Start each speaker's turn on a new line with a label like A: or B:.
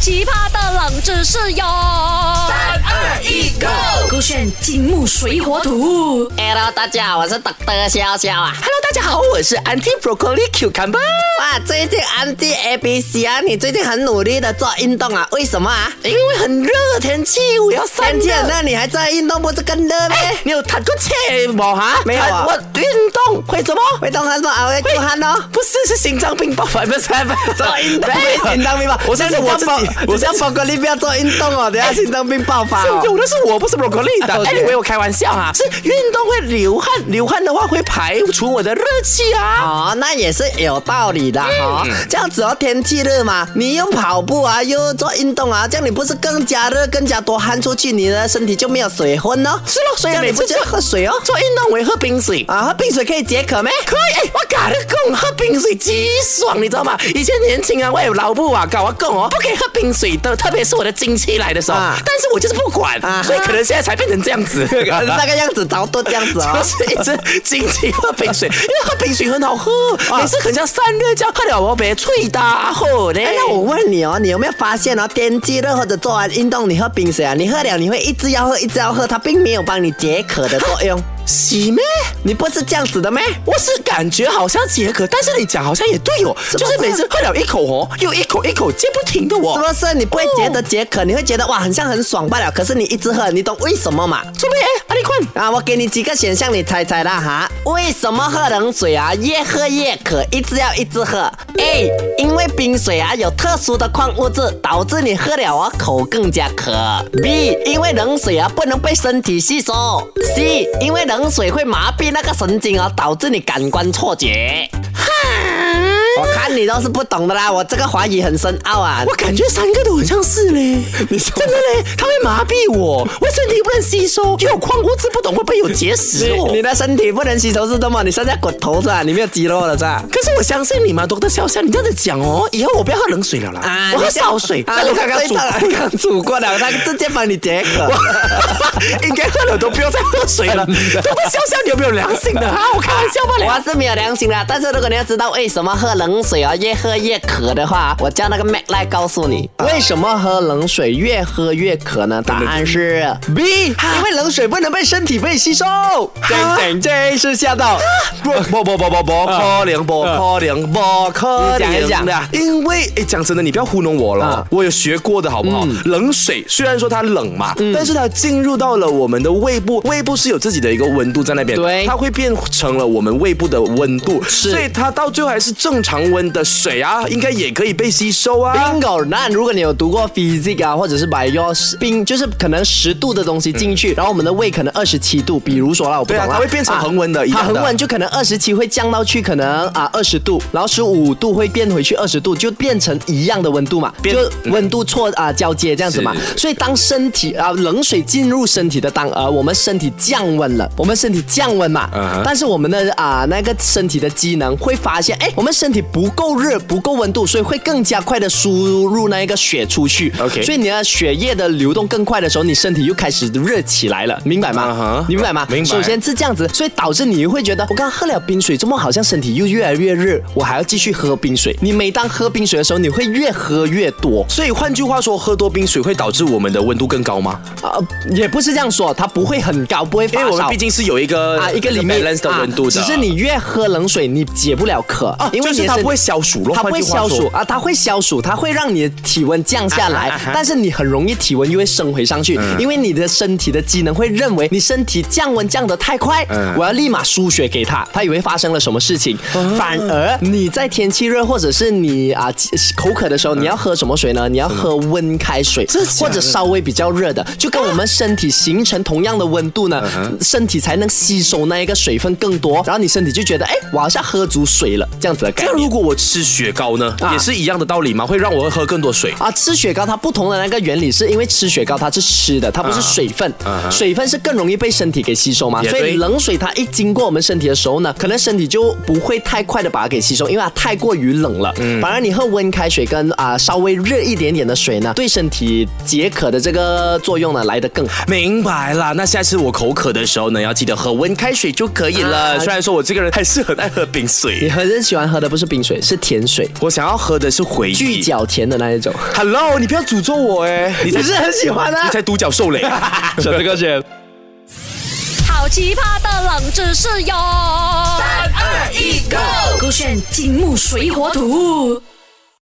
A: 奇葩的冷知识哟！三
B: 二一，Go！
A: 勾选金木水火土。
C: Hello，大家好，我是 Dr. 潇潇啊。
B: Hello，大家好，我是 Anti Broccoli Cucumber。
C: 哇，最近 Andy ABC 啊，你最近很努力的做运动啊，为什么啊？
B: 因为很热的天气，我要散
C: 天气很
B: 热。
C: 热，你还在运动，不是更热呗？
B: 你有弹过切吗？哈？
C: 没有啊
B: 弹我运动会什么？
C: 会动很多，还会
B: 会
C: 出汗哦。
B: 不是，是心脏病爆发，不是，做运动
C: 没有心脏病吧？
B: 我是
C: 这是
B: 我
C: 我
B: 自
C: 报
B: 己，，
C: 我
B: 我
C: 叫
B: 是
C: 宝格丽不要做运动哦，等下心脏病爆发哦。
B: 有的是我，不是 broccoli 的。
C: OK
B: a n 我开玩笑啊，是运动会流汗，流汗的话会排除我的热气啊。
C: 哦，那也是有道理的
B: 嗯
C: 哈、这样子哦，天气热嘛，你又跑步啊，又做运动啊，这样你不是更加热，更加多汗出去，你的身体就没有水分哦。
B: 是咯，所以
C: 这样
B: 每
C: 你不
B: 次
C: 就喝水哦？
B: 做运动我也喝冰水。
C: 啊，喝冰水可以解 渴咩？
B: 可以，哎我搞得供喝冰水极爽，你知道吗？以前年轻啊，我有老布啊，搞啊供哦，不可以喝冰水的，特别是我的经期来的时候。
C: 啊
B: 但是我就是不管，
C: 啊
B: 所以可能现在才变成这样 子。
C: 那个样子，早都这样子
B: 就
C: 哦。
B: 是一直经期喝冰水，因为喝冰水很好喝，
C: 啊
B: 每次很像散热这样，喝了我别脆的啊喝嘞。
C: 哎，那我问你哦，你有没有发现哦，天气热或者做完运动，你喝冰水啊，你喝了你会一直要喝，一直要喝，它并没有帮你解渴的作 用。
B: 洗咩？
C: 你不是这样子的咩？
B: 我是感觉好像解渴，但是你讲好像也对哦，
C: 么
B: 就是每次喝了一口哦，又一口一口接不停的哦。
C: 是不是？你不会觉得解渴，你会觉得哇，很像很爽罢了。可是你一直喝，你懂为什么嘛？
B: 做咩？哎阿力坤，
C: 啊，我给你几个选项，你猜猜啦哈。为什么喝冷水啊，越喝越渴，一直要一直喝？A，因为冰水啊有特殊的矿物质，导致你喝了啊口更加渴。B，因为冷水啊不能被身体吸收。C，因为冷水会麻痹那个神经啊，导致你感官错觉。我看你都是不懂的啦，我这个华语很深奥啊。
B: 我感觉三个都很像是 嘞，真的嘞，它会麻痹我，我身体不能吸收，又有矿物质，不懂会不会有结石哦
C: 你。你的身体不能吸收是这么，你剩下骨头是吧？你没有肌肉了是吧？
B: 可是我相信你嘛，懂得笑笑，你这样子讲哦，以后我不要喝冷水了啦，我喝烧水，
C: 啊，
B: 但
C: 我
B: 我
C: 刚
B: 刚刚
C: 刚
B: 煮。
C: 煮，刚刚煮过了，他直接帮你解渴。
B: 应该喝了都不要再喝水
C: 嗯
B: 了，懂得笑笑，你有没有良心的啊？我开玩笑罢了。
C: 我是没有良心的，但是如果你要知道为什么喝冷水啊越喝越渴的话，我叫那个 Mac 来告诉你，
B: 啊
C: 为什么喝冷水越喝越渴呢？答案是
B: 啊
C: B，因 为冷水不能被身体被吸收。
B: 啊
C: 真真真是吓到。
B: 不不不不不可能，不可能，不可
C: 啊你讲
B: 能
C: 一
B: 的
C: 讲。
B: 因为诶，讲真的，你不要糊弄我了
C: 啊，嗯
B: 我有学过的好不好？冷水虽然说它冷嘛，但是它进入到了我们的胃部，胃部是有自己的一个温度在那边，
C: 对
B: 它会变成了我们胃部的温度，所以它到最后还是正常温的水啊，应该也可以被吸收啊。
C: bingo，那如果你有读过 physics 啊，或者是 bio 冰，就是可能十度的东西进去，然后我们的胃可能二十七度，比如说啦，我不懂啦
B: 嗯对啊它会变成恒温的
C: 啊
B: 一样
C: 它
B: 的
C: 恒温就可能二十七会降到去可能啊二十度，然后十五度会变回去二十度，就变成一样的温度嘛，
B: 变
C: 就温度错啊交接这样子嘛。
B: 是
C: 所以当身体啊冷水进入身体的当呃我们身体降温了，我们身体降温嘛
B: 嗯哼
C: 但是我们的啊、那个身体的机能会发现，哎，我们身体不够热，不够温度，所以会更加快的输入那一个血出去。
B: OK
C: 所以你的血液的流动更快的时候，你身体又开始热起来了，明白
B: 嗯
C: 吗
B: 哼
C: 你明白吗？
B: 明白
C: 首先是这样子，所以导致你会觉得，我刚喝了冰水，怎么好像身体又越来越热，我还要继续喝冰水。你每当喝冰水的时候，你会越喝越多。
B: 所以换句话说，喝多冰水会导致我们的温度更高吗？
C: 啊、也不是这样说，它不会很高，不会
B: 因
C: 发
B: 为我们
C: 烧
B: 毕。竟是有一个
C: 啊，一个里面
B: balance 的温度的，
C: 只是你越喝冷水，你解不了渴，啊因为
B: 就
C: 你
B: 是
C: 的
B: 它
C: 身
B: 不会消暑咯，
C: 它不会
B: 换句话
C: 消
B: 说
C: 暑啊，它会消暑，它会让你的体温降下来，
B: 啊啊嗯啊啊
C: 但是你很容易体温又会升回上去，因为你的身体的机能会认为你身体降温降得太快，
B: 嗯
C: 我要立马输血给他，他以为发生了什么事情，
B: 哦
C: 反而你在天气热或者是你啊口渴的时候，
B: 嗯
C: 你要喝什么水呢？你要喝温开水，或者稍微比较热的，就跟我们身体形成同样的温度呢，
B: 嗯
C: 身体才能吸收那一个水分更多，然后你身体就觉得哎，我好像喝足水了这样子的概
B: 那
C: 念。
B: 如果我吃雪糕呢，
C: 啊
B: 也是一样的道理吗？会让我喝更多水？
C: 啊，吃雪糕它不同的那个原理是因为吃雪糕它是吃的，它不是水分，水分是更容易被身体给吸收嘛，
B: 也
C: 所
B: 对
C: 以冷水它一经过我们身体的时候呢，可能身体就不会太快的把它给吸收，因为它太过于冷了。反而你喝温开水跟啊、稍微热一点点的水呢，对身体解渴的这个作用呢来得更好。
B: 明白啦，那下次我口渴的时候呢，要记得喝温开水就可以了。
C: 啊
B: 虽然说我这个人还是很爱喝冰
C: 你
B: 水。
C: 很喜欢喝的不是冰水，是甜水，
B: 我想要喝的是回忆。
C: 巨角甜的那一种。
B: Hello，你不要诅咒我哎，你才
C: 你是很喜欢啊
B: 你才独角兽 嘞。
C: 小这个选。
A: 好奇葩的冷知识哟！三二一，Go！勾选金木水火土。